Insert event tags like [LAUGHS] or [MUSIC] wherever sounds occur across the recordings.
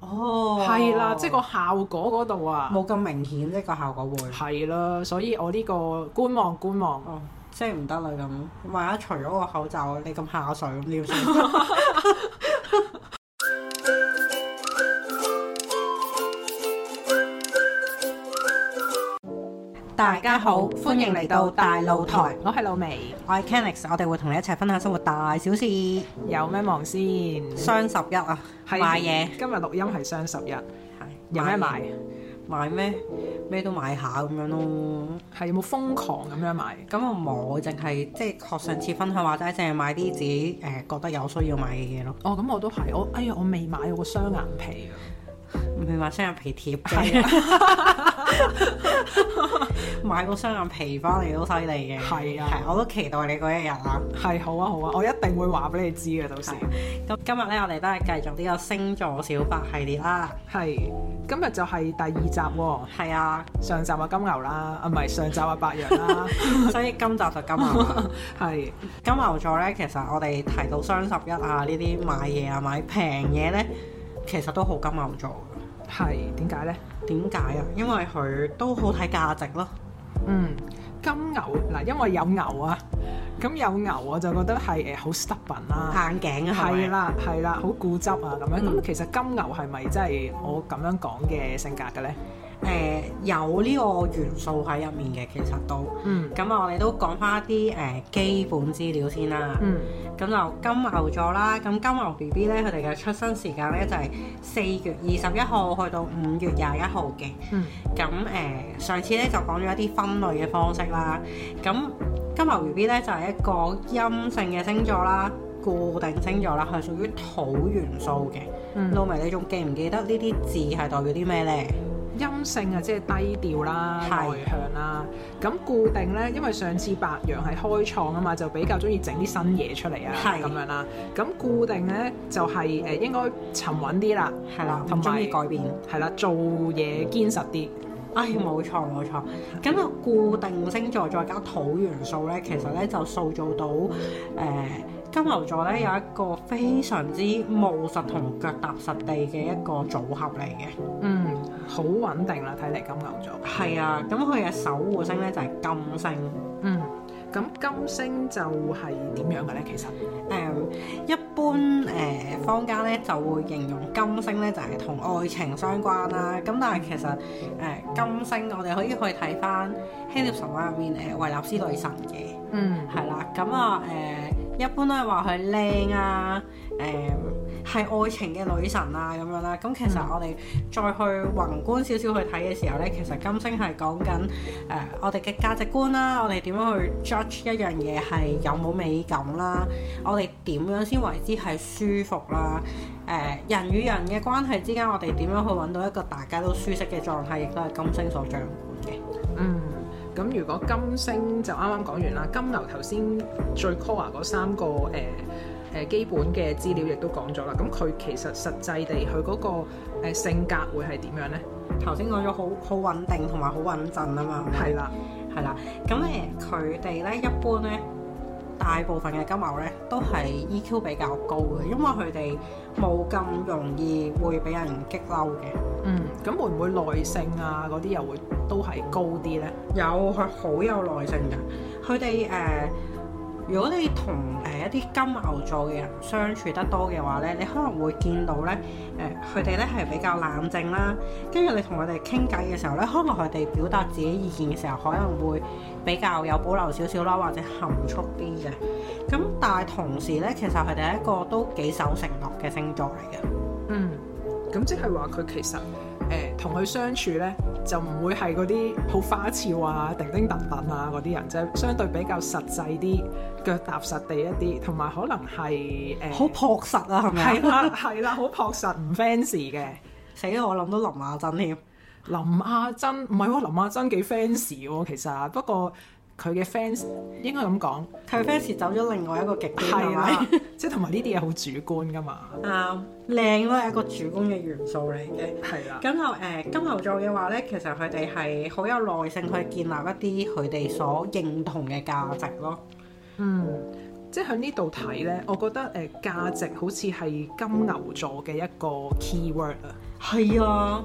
哦，係啦，即係個效果嗰度啊，冇咁明顯啫，個效果會。係啦，所以我呢個觀望觀望，哦，即係唔得啦咁，萬一除咗個口罩，你咁下水咁點算？ [LAUGHS] 大家好，歡迎嚟到大露台，我係老味，我係 Canix，我哋會同你一齊分享生活大小事。有咩忙先？雙十一啊，係買嘢，今日錄音係雙十一，有咩嘢買？？啊買咩？咩都買下咁樣咯。係有冇瘋狂咁樣買？咁我冇，淨係即係學上次分享話齋，淨係買啲自己誒、覺得有需要買嘅嘢咯，哦，咁我都係，我哎呀，我未買我個雙眼皮啊！唔係買雙眼皮貼啫。 [LAUGHS] 買個雙眼皮翻嚟都犀利嘅，係啊係我都期待你嗰一日啦。係好啊好啊，我一定會話俾你知嘅，到時咁今日咧，我哋都係繼續呢個星座小白系列啦。係今日就係第二集喎、係啊，上集啊金牛啦，啊唔係上集啊白羊 [LAUGHS] 啦，所以今集就金牛 [LAUGHS] 啦。係金牛座咧，其實我哋提到雙十一啊，呢啲買嘢啊，買平嘢咧，其實都好金牛座㗎。係點解呢？點解啊？因為佢都好睇價值咯。嗯，金牛嗱，因為有牛啊，咁有牛我就覺得係誒好 stubborn 啦。眼鏡啊，係係啦，啦，係啦，好固執啊咁樣。咁、嗯其實金牛係咪真係我咁樣講嘅性格嘅呢？誒、有呢個元素喺入面嘅，其實都嗯咁啊，我哋都講翻一啲誒、基本資料先啦。嗯，咁、就金牛座啦，咁金牛 B B 咧，佢哋嘅出生時間咧就係、四月二十一號去到五月廿一號嘅。嗯咁誒、上次咧就講咗一啲分類嘅方式啦。咁金牛 B B 咧就係、一個陰性嘅星座啦，固定星座啦，佢係屬於土元素嘅。嗯，露媚，你仲記唔記得呢啲字係代表啲咩呢？陰性啊，即係低調啦、係內向啦。咁固定呢，因為上次白羊係開創啊嘛，就比較中意整啲新嘢出嚟啊，係咁樣啦。咁固定呢，就係、誒、應該沉穩啲啦，係啦，唔同埋中意改變。係啦，做嘢堅實啲。唉，冇錯冇錯。咁啊，固定星座再加土元素呢，其實呢就塑造到誒、呃金牛座呢有一個非常之務實同腳踏實地嘅一個組合嚟嘅。嗯，好穩定啦，睇嚟金牛座。係啊，咁佢嘅守護星呢就係、金星。嗯，咁金星就係點樣嘅咧？其實，誒、一般誒、呃坊間咧就會形容金星咧就係、同愛情相關啦。咁但係其實誒、呃金星我哋可以去睇翻希臘神話入面誒維納斯女神嘅，嗯係啦。咁啊誒一般都係話佢靚啊，誒、係愛情嘅女神啊咁樣啦。咁其實嗯我哋再去宏觀少少去睇嘅時候咧，其實金星係講緊誒我哋嘅價值觀啦，我哋點樣去 judge 一樣嘢係有冇美感啦。我哋點樣先為之係舒服啦？誒、人與人嘅關係之間，我哋點樣去揾到一個大家都舒適嘅狀態，亦都係金星所掌管嘅。嗯，咁如果金星就啱啱講完啦，金牛頭先最 core 嗰三個誒誒、呃基本嘅資料亦都講咗啦。咁佢其實實際地佢嗰、個、呃、性格會係點樣咧？頭先講咗好好穩定同埋好穩陣啊嘛，係啦，係啦。咁誒，佢哋咧一般咧，大部分嘅金牛咧都係 EQ 比較高嘅，因為佢哋冇咁容易會俾人激嬲嘅。嗯，咁會唔會耐性啊嗰啲又會都係高啲咧？有佢好有耐性㗎。佢哋誒，呃如果你同誒、一啲金牛座嘅人相處得多嘅話咧，你可能會見到咧誒，佢哋咧係比較冷靜啦。跟住你同佢哋傾偈嘅時候咧，可能佢哋表達自己意見嘅時候，可能會比較有保留少少啦，或者含蓄啲嘅。咁但係同時咧，其實佢哋係一個都幾守承諾嘅星座嚟嘅。嗯，咁即係話佢其實誒同佢相處咧，就唔會係嗰啲好花俏啊、叮叮噹噹啊嗰啲人，即係相對比較實際啲、腳踏實地一啲，同埋可能係誒好樸實啊，係咪啊？係啦 [LAUGHS] 係啦，好樸實唔 fans 嘅。死啦！我諗到林亞珍添。林亞珍唔係喎，林亞珍幾 fans 喎，其實不過佢嘅 fans 應該咁講佢 fans 走咗另外一個極端係係咪啦？， [LAUGHS] 即係同埋呢啲嘢好主觀噶嘛，啱，啊靚都係一個主攻嘅元素嚟嘅。係啦，咁就誒、金牛座嘅話咧，其實佢哋係好有耐性去建立一啲佢哋所認同嘅價值咯。嗯，即係喺呢度睇呢，我覺得誒、呃、價值好似係金牛座嘅一個 keyword 啊。係啊，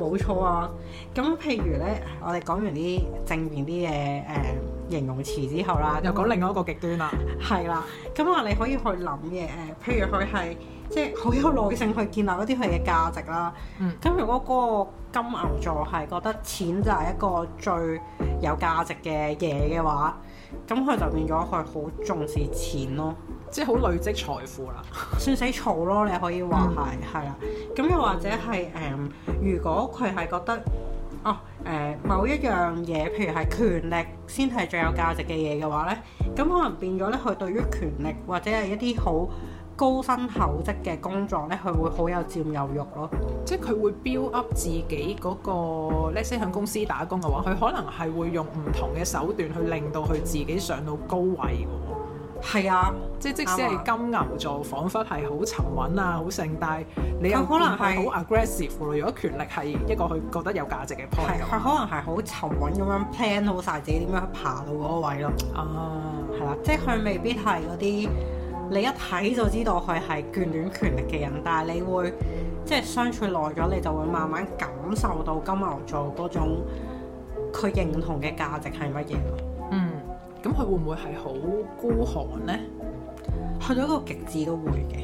冇錯啊。咁譬如咧，我哋講完啲正面啲嘅誒形容詞之後啦，又講另外一個極端啦，係啦。咁我哋可以去諗嘅誒，譬如佢係即係好有耐性去建立一啲佢嘅價值啦。嗯咁如果嗰個金牛座係覺得錢就係一個最有價值嘅嘢嘅話，咁佢就變咗佢好重視錢咯。即係好累積財富啦。算死草咯，你可以話係係啦。咁又或者係誒、如果佢係覺得哦誒、某一樣嘢，譬如係權力先係最有價值嘅嘢嘅話咧，咁可能變咗咧，佢對於權力或者係一啲好高薪厚職嘅工作咧，佢會好有佔有欲咯。即係佢會 build up 自己嗰、個 let's say 喺公司打工嘅話，佢可能係會用唔同嘅手段去令到佢自己上到高位嘅喎。係啊，即係即使啱啊係金牛座，彷彿係好沉穩啊，好盛，但係你又佢可能係見佢好 aggressive 咯。如果權力係一個佢覺得哦有啊價值嘅係 point 佢可能係好沉穩咁樣 plan 好晒自己點樣去爬到嗰個位咯。啊，係啦，即係佢未必係嗰啲你一睇就知道佢係眷戀權力嘅人，但係你會即係相處耐咗，你就會慢慢感受到金牛座嗰種佢認同嘅價值係乜嘢咯。嗯，咁佢會唔會係好孤寒呢？去到一個極致都會嘅，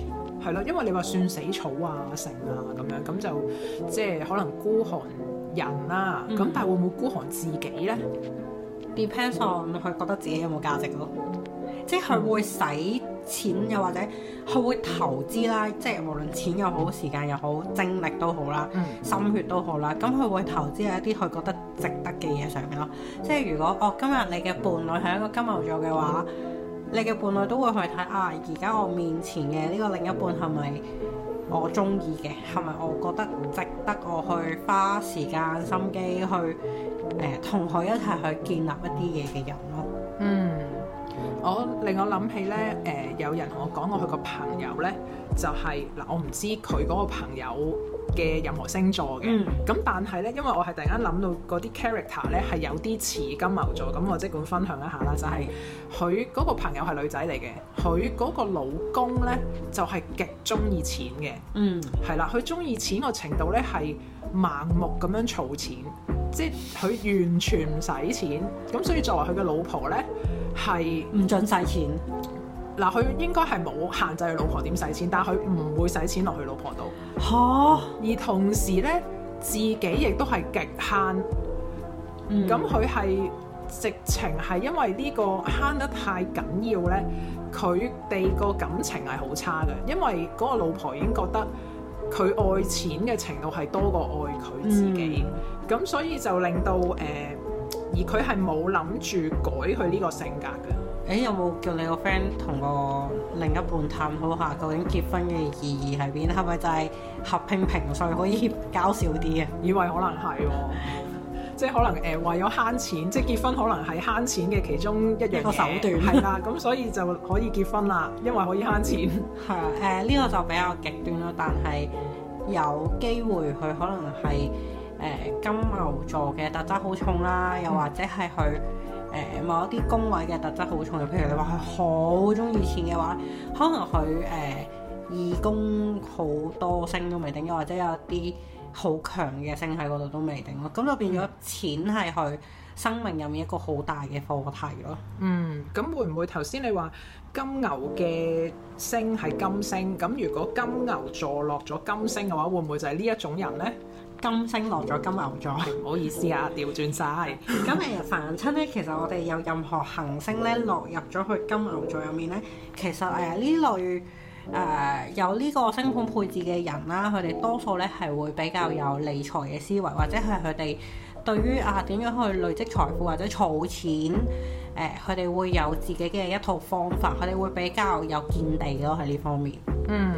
係咯，因為你話算死草啊、成啊咁樣，咁就即係可能孤寒人啦、嗯咁、但係會唔會孤寒自己呢？ depends on 佢覺得自己有冇價值咯。即係佢會使錢，又或者佢會投資啦，即係無論錢又好、時間又好、精力都好啦。嗯。心血都好啦，咁佢會投資喺一啲佢覺得值得嘅嘢上面咯。即係如果哦，今日你嘅伴侶係一個金牛座嘅話，你嘅伴侶都會去睇啊，而家我面前嘅呢個另一半係咪我中意嘅？係咪我覺得值得我去花時間心機去誒同佢一齊去建立一啲嘢嘅人咯？嗯，我令我諗起咧，誒、有人同我講過佢個朋友咧，就係、嗱，我唔知佢嗰個朋友嘅任何星座嘅，嗯咁、但係咧，因為我係突然間諗到嗰啲 character 咧係有啲似金牛座，咁我即管分享一下啦，就係佢嗰個朋友係女仔嚟嘅，佢嗰個老公咧就係極中意錢嘅。嗯，係啦，佢中意錢個程度咧係盲目咁樣儲錢，即係佢完全唔使錢。咁所以作為佢嘅老婆咧，係唔準使錢，嗱，佢應該係冇限制佢老婆點使錢，但係佢唔會使錢落去老婆度。嚇、而同時咧，自己亦都係極慳。嗯咁佢係直情係因為呢個慳得太緊要呢，佢哋個感情係好差嘅，因為嗰個老婆已經覺得佢愛錢嘅程度係多過愛佢自己，嗯咁、所以就令到誒、呃而佢係冇諗住改佢呢個性格嘅。誒有冇叫你個 friend 同個另一半探討下究竟結婚嘅意義喺邊？係咪就係合拼平稅可以 [LAUGHS] 搞少啲啊？以為可能係喎、 [LAUGHS] 即係可能誒、呃、為咗慳錢，即係結婚可能係慳錢嘅其中一樣一個手段嘢係啦，咁所以就可以結婚啦，因為可以慳錢。係啊，誒、呢、個就比較極端咯，但係有機會佢可能係誒、金牛座嘅特質好重啦，又或者係佢誒某一啲宮位嘅特質好重嘅，譬如你話佢好中意錢嘅話，可能佢誒、義工好多星都未定，又或者有啲好強嘅星喺嗰度都未定咯，咁就變咗錢係佢生命入面一個好大嘅課題咯。嗯，咁會唔會頭先你話金牛嘅星係金星？咁如果金牛座落咗金星嘅話，會唔會就係呢一種人呢？金星落咗金牛座。唔好意思啊，調轉晒。咁誒凡親咧，其實我哋有任何行星咧落入咗去金牛座入面咧，其實誒呢、類誒、有呢個星盤配置嘅人啦，佢哋多數咧係會比較有理財嘅思維，或者係佢哋對於啊點樣去累積財富或者儲錢誒，呃佢、哋會有自己嘅一套方法，佢哋會比較有見地咯喺呢方面。嗯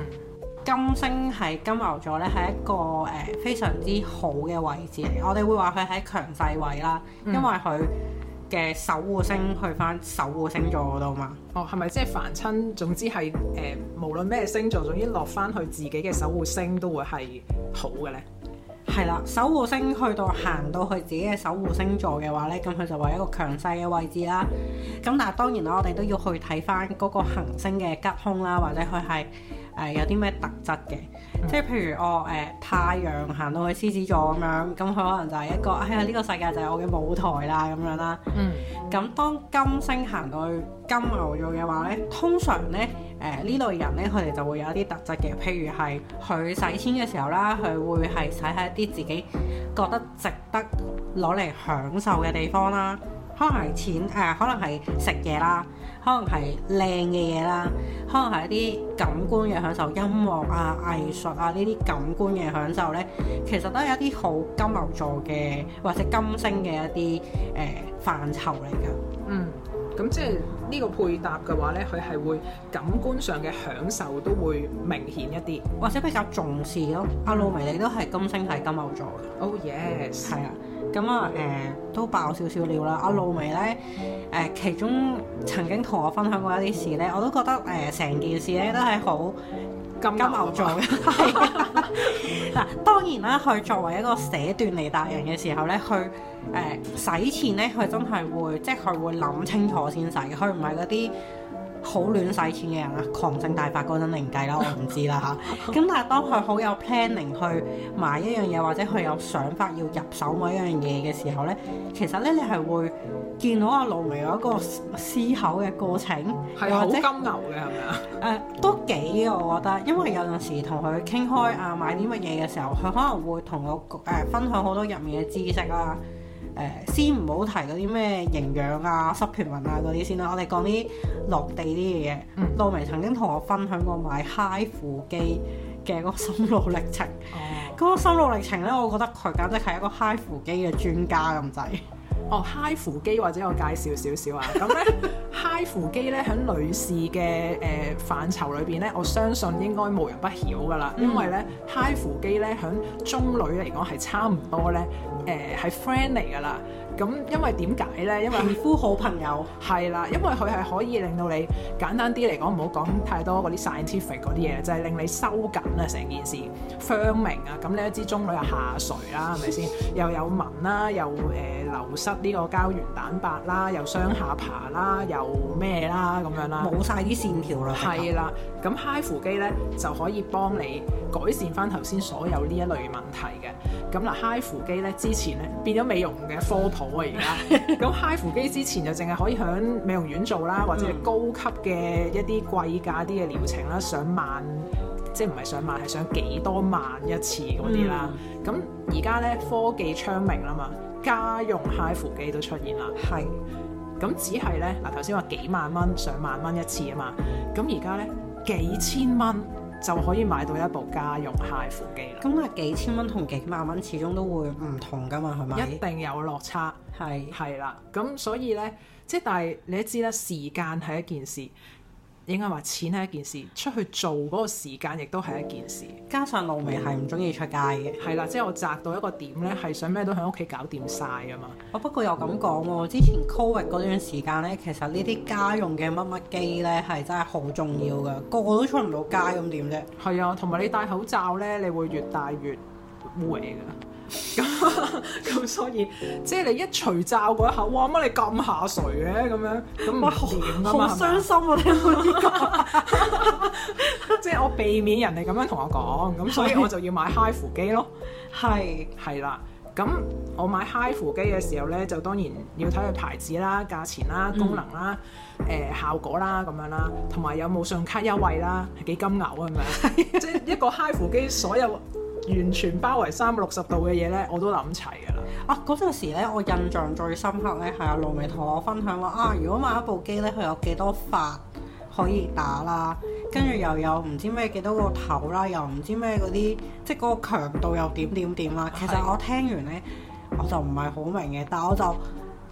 金星喺金牛座咧，係一個誒、呃非常之好嘅位置嚟。我哋會話佢喺強勢位啦，因為佢嘅守護星去翻守護星座嗰度嘛。哦，係咪即係凡親？總之係誒、呃，無論咩星座，總之落翻去自己嘅守護星都會係好嘅呢？係啦，守護星去到行到去自己嘅守護星座嘅話呢，咁佢就為一個強勢嘅位置啦。咁但係當然啦，我哋都要去睇翻嗰個行星嘅吉凶啦，或者佢係誒有啲咩特質嘅。即係譬如我誒、呃太陽行到去獅子座咁樣，咁佢可能就係一個哎呀呢、個世界就係我嘅舞台啦咁樣啦。嗯，咁當金星行到去金牛座嘅話咧，通常咧誒呢類人咧，佢哋就會有一啲特質嘅，譬如係佢使錢嘅時候啦，佢會係使喺一啲自己覺得值得攞嚟享受嘅地方啦，可能係錢誒、呃可能係食嘢啦，可能係靚嘅嘢啦，可能係一啲感官嘅享受，音樂啊、藝術啊呢啲感官嘅享受咧，其實都係一啲好金牛座嘅或者金星嘅一啲誒、呃、範疇嚟㗎。嗯，咁即係呢個配搭嘅話咧，佢係會感官上嘅享受都會明顯一啲。或者比較重視咯。阿露眉你都係金星係金牛座嘅， Oh yes，係啊。咁啊誒都爆少少料啦。阿露眉咧誒其中曾經同我分享過一啲事咧，我都覺得誒成、件事咧都係好金金牛座嘅。嗱當然啦，佢作為一個捨斷離達人嘅時候咧，佢呃誒使錢咧，佢真係會即係佢會諗清楚先使，佢唔係嗰啲。好亂使錢嘅人啦，狂性大發嗰陣另計啦，我唔知啦吓，咁但係當佢好有 planning 去買一樣嘢，或者佢有想法要入手某一樣嘢嘅時候呢，其實呢，你係會見到阿露眉嗰個思考嘅過程，係啊又或好者金牛嘅係咪啊？誒、都幾嘅，我覺得，因為有陣時同佢傾開啊買啲乜嘢嘅時候，佢可能會同我誒、分享好多入面嘅知識啦、誒、先唔好提嗰啲咩營養啊、濕平衡啊嗰啲先啦，我哋講啲落地啲嘅嘢。嗯露媚曾經同我分享過買 high 腹肌嘅嗰個心路歷程，哦，嗰、個心路歷程呢，我覺得佢簡直係一個 high 腹肌嘅專家咁滯。哦，high 腹肌或者我介紹少少啊。咁咧 high 腹肌咧喺女士嘅誒、呃、範疇裏邊咧，我相信應該無人不曉噶啦，因為咧 high 腹肌咧喺中女嚟講係差唔多咧誒係 friend 嚟噶啦。咁因為點解咧？因為皮膚好朋友，係啦，因為佢係可以令到你簡單啲嚟講，唔好講太多嗰啲 scientific 嗰啲嘢，就係、令你收緊啊成件事 firming 啊，咁你都知中女係下垂啦，係咪先？又有紋啦，又誒、呃流失呢個膠原蛋白啦，又雙下巴啦，又咩啦咁樣啦。冇晒啲線條啦。係啦，咁 high 腹肌咧就可以幫你改善翻頭先所有呢一類問題嘅。咁嗱，high 腹肌咧之前咧變咗美容嘅科普啊，而家咁 high 腹肌之前就淨係可以喺美容院做啦，或者係高級嘅一啲貴價啲嘅療程啦，上萬。即係唔係上萬，係上幾多萬一次嗰啲啦。咁而家咧科技昌明啦嘛，家用 high 腹肌都出現啦。係。咁只係咧，嗱頭先話幾萬蚊、上萬蚊一次啊嘛，咁而家咧幾千蚊就可以買到一部家用 high 腹機啦，咁啊，幾千蚊同幾萬蚊始終都會唔同噶嘛，係一咪？定有落差，係係啦。咁所以咧，即係但係你都知啦，時間係一件事，應該話錢係一件事，出去做嗰個時間亦都係一件事。加上露媚係唔中意出街嘅。係啦，即係我宅到一個點咧，係想咩都喺屋企搞掂晒啊嘛。我不過又咁講嗯喎，之前 Covid 嗰段時間呢，其實呢啲家用嘅乜乜機呢係真係好重要噶，個個都出唔到街咁點啫？係啊，同埋你戴口罩咧，你會越戴越污嘢㗎。咁咁 [LAUGHS] 所以即係你一除罩嗰一下，哇乜你咁下垂嘅咁樣，哇，咁好唔掂㗎好嘛，係咪傷心啊！聽到呢個即係我避免人哋咁樣同我講，咁所以我就要買 high 腹肌咯。 [LAUGHS] 係係啦。咁我買 high 腹肌嘅時候咧，就當然要睇佢牌子啦、價錢啦、功能啦、誒、效果啦咁樣啦，同埋有冇信用卡優惠啦，係幾金牛啊咁 [LAUGHS] 樣，即係一個 high 腹肌所有完全包圍三百六十度嘅嘢咧，我都諗齊㗎啦。啊嗰陣時呢，我印象最深刻呢係阿露媚同我分享話啊，如果買一部機呢，佢有幾多發可以打啦，跟住又有唔知咩幾多個頭啦，又唔知咩嗰啲，即係嗰個強度又點點點啦。其實係我聽完呢，我就唔係好明嘅，但我就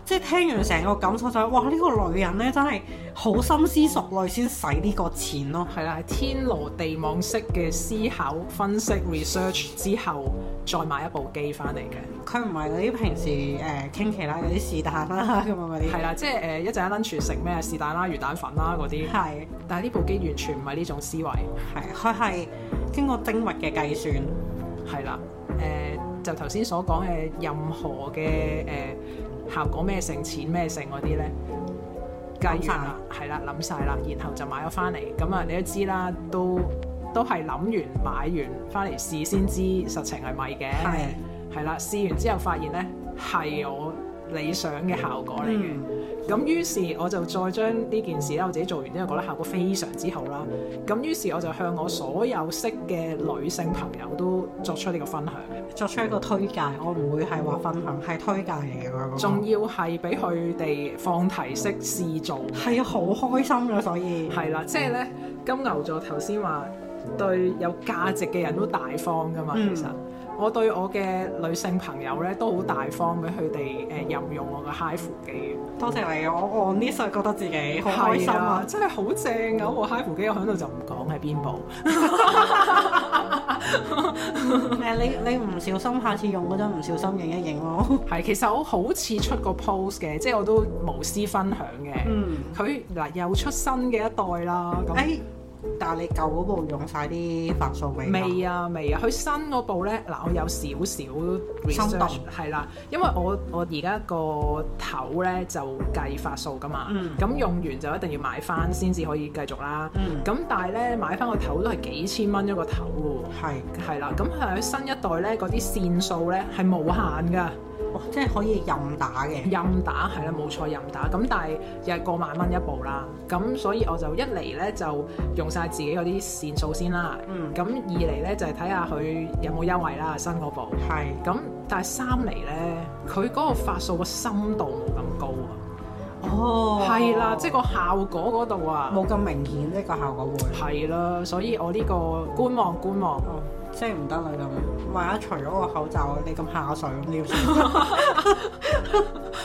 即係聽完成個感受就係、哇！呢、個女人呢，真係好深思熟慮先使呢個錢咯。係啦，係天羅地網式嘅思考、分析、research 之後，再買一部機翻嚟嘅。佢唔係嗰啲平時誒傾其他嗰啲是但啦咁啊樣嗰啲，係啦，即係誒、一陣 lunch 食咩是但啦、魚蛋粉啦嗰 [LAUGHS] 啲，係。但係呢部機完全唔係呢種思維。係，佢係經過精密嘅計算，係啦，誒、就頭先所講嘅任何嘅誒、效果咩性、錢咩性嗰啲咧，計完啦，係啦，諗晒啦，然後就買咗翻嚟。咁啊，你都知啦，都都係諗完買完翻嚟試先知實情係咪嘅。係係啦，試完之後發現咧係我理想嘅效果嚟嘅。嗯咁於是我就再將呢件事咧，我自己做完之後覺得效果非常之好啦。咁於是我就向我所有識嘅女性朋友都作出呢個分享，作出一個推介，我唔會係話分享，係推介嚟嘅嗰個。仲要係俾佢哋放題式試做。係啊，好開心㗎，所以係啦，即係咧嗯金牛座頭先話對有價值嘅人都大方噶嘛，嗯其實。我對我嘅女性朋友咧都好大方，俾佢哋誒任用我嘅 high 扶機嘅。多謝你，我我呢世覺得自己好開心係啊啊！真係好正啊！我 high 扶機我喺度就唔講係邊部。誒，你你唔小心，下次用嗰陣唔小心影一影咯。係，其實我好似出個 post 嘅，即係我都無私分享嘅。嗯，哎佢嗱、又出新嘅一代啦，咁誒，但係你舊嗰部用晒啲發數未？未啊未啊，佢新嗰部咧嗱，我有少少心動 research 係啦，因為我我而家個頭咧就計發數噶嘛嗯，咁、用完就一定要買翻先至可以繼續啦。嗯，咁但係咧買翻個頭都係幾千蚊一個頭喎。係，係啦，咁佢喺新一代咧，嗰啲線數咧係無限㗎。哇，哦即係可以任打嘅。任打係啦，冇錯任打。咁但係又係過萬蚊一部啦。咁所以我就一嚟呢，就用晒自己嗰啲線數先啦。嗯，咁二嚟呢，就係睇下佢有冇優惠啦，新嗰部。係。咁但係三嚟呢，佢嗰個發數個深度冇咁高啊。哦，係啦、即係個效果嗰度啊。冇咁明顯，呢個效果會。係啦，所以我呢個觀望觀望。哦，即係唔得啦咁。萬一除咗個口罩，你咁下水咁 [LAUGHS] 點算？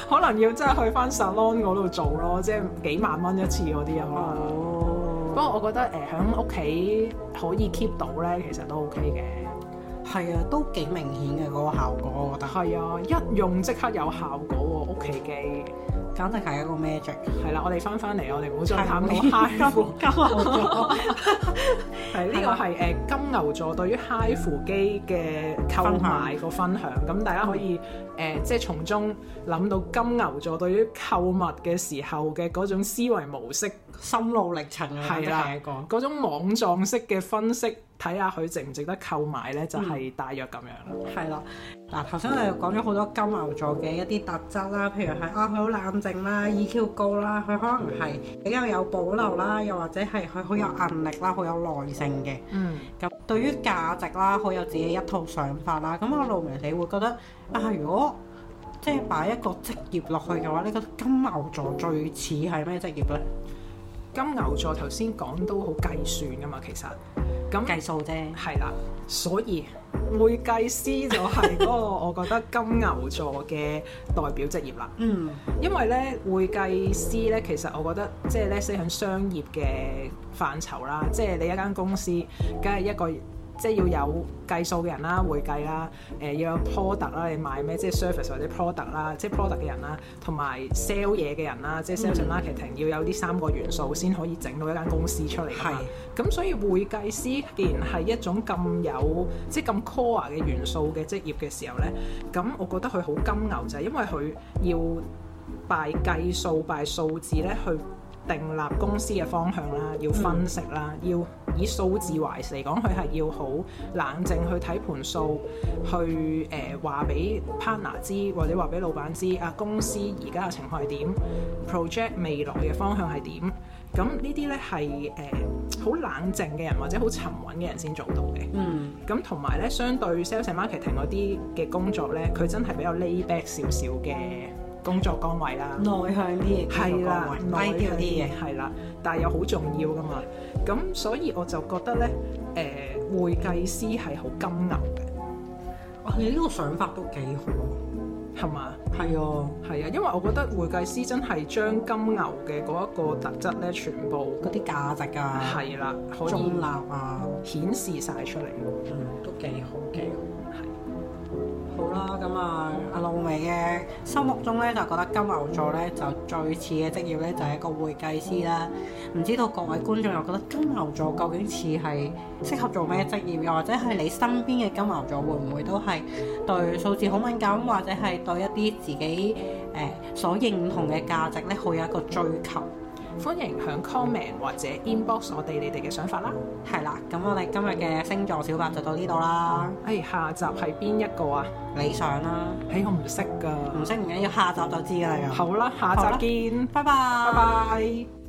可能要真係去翻 salon 嗰度做咯，即係幾萬蚊一次嗰啲啊。可能不哦，過我覺得誒呃喺屋企可以 keep 到咧，其實都 OK 嘅。係啊，都幾明顯嘅嗰個效果，我覺得。係啊，一用即刻有效果喎，屋企機。簡直係一個 magic。係啦，我哋翻翻嚟，我哋唔好再探 [LAUGHS] 討 high 扶。金係呢個係誒金牛座對於 high 扶機嘅購買個分享，咁大家可以誒、呃即係從中諗到金牛座對於購物嘅時候嘅嗰種思維模式，心路歷程啊，係係啦啦，一個嗰種網狀式嘅分析，睇下佢值唔值得購買咧，就係、大約咁樣啦。係啦。嗱，頭先我哋講咗好多金牛座嘅一啲特質啦，譬如係啊，佢好冷靜啦，EQ 高啦，佢可能係比較有保留啦，又或者係佢好有韌力啦，好有耐性嘅。嗯。咁對於價值啦，好有自己一套想法啦。咁阿路明，你會覺得啊，如果即係擺一個職業落去嘅話，你覺得金牛座最似係咩職業呢？金牛座頭先講都好計算噶嘛，其實咁計數啫，係啦，所以會計師就係嗰個我覺得金牛座嘅代表職業啦。嗯，因為咧會計師咧，其實我覺得即係咧，即係喺商業嘅範疇啦，即係你一間公司，梗係一個即係要有計數嘅人啦，會計啦，誒、要有 product 啦，你賣咩即係 service 或者 product 啦，即係 product 嘅人啦，同埋 sell 嘢嘅人啦，即係 sales and marketing 要有呢三個元素先可以整到一間公司出嚟㗎嘛。咁所以會計師既然係一種咁有即係咁 core 嘅元素嘅職業嘅時候呢，咁我覺得佢好金牛就係因為佢要拜計數、拜數字呢去定立公司嘅方向啦，要分析啦，要以數字為嚟講，佢係要好冷靜去睇盤數，去誒話俾 partner 知或者話俾老闆知啊，公司而家嘅情況係點，project 未來嘅方向係點。咁呢啲呢係誒好冷靜嘅人或者好沉穩嘅人先做到嘅。嗯，咁同埋咧，相對 sales and marketing 嗰啲嘅工作咧，佢真係比較 lay back 少少嘅工作崗位啦。內向啲嘅，嗯係啦，低調啲嘅，係啦，但係又好重要噶嘛。咁所以我就覺得咧，誒、會計師係好金牛嘅，哇！你呢個想法都幾好係嘛？喎。係啊，係啊，因為我覺得會計師真係將金牛嘅嗰一個特質咧，全部嗰啲價值啊，係啦，可以中立啊，顯示晒出嚟。嗯，都幾好，幾好。好啦，咁啊，阿老尾哋嘅心目中咧，就覺得金牛座咧就最似嘅職業咧就係一個會計師啦。唔知道各位觀眾又覺得金牛座究竟似係適合做咩職業，又或者係你身邊嘅金牛座會唔會都係對數字好敏感，或者係對一啲自己誒、呃所認同嘅價值咧，好有一個追求。歡迎響 comment 或者 inbox 我哋你哋嘅想法啦。係啦，咁我哋今日嘅星座小白就到呢度啦，誒、哎下集係邊一個啊？理想啦，誒、我唔識唔㗎。識唔緊要，下集就知㗎啦又。嗯好啦，好啦下集見，拜拜，拜拜拜。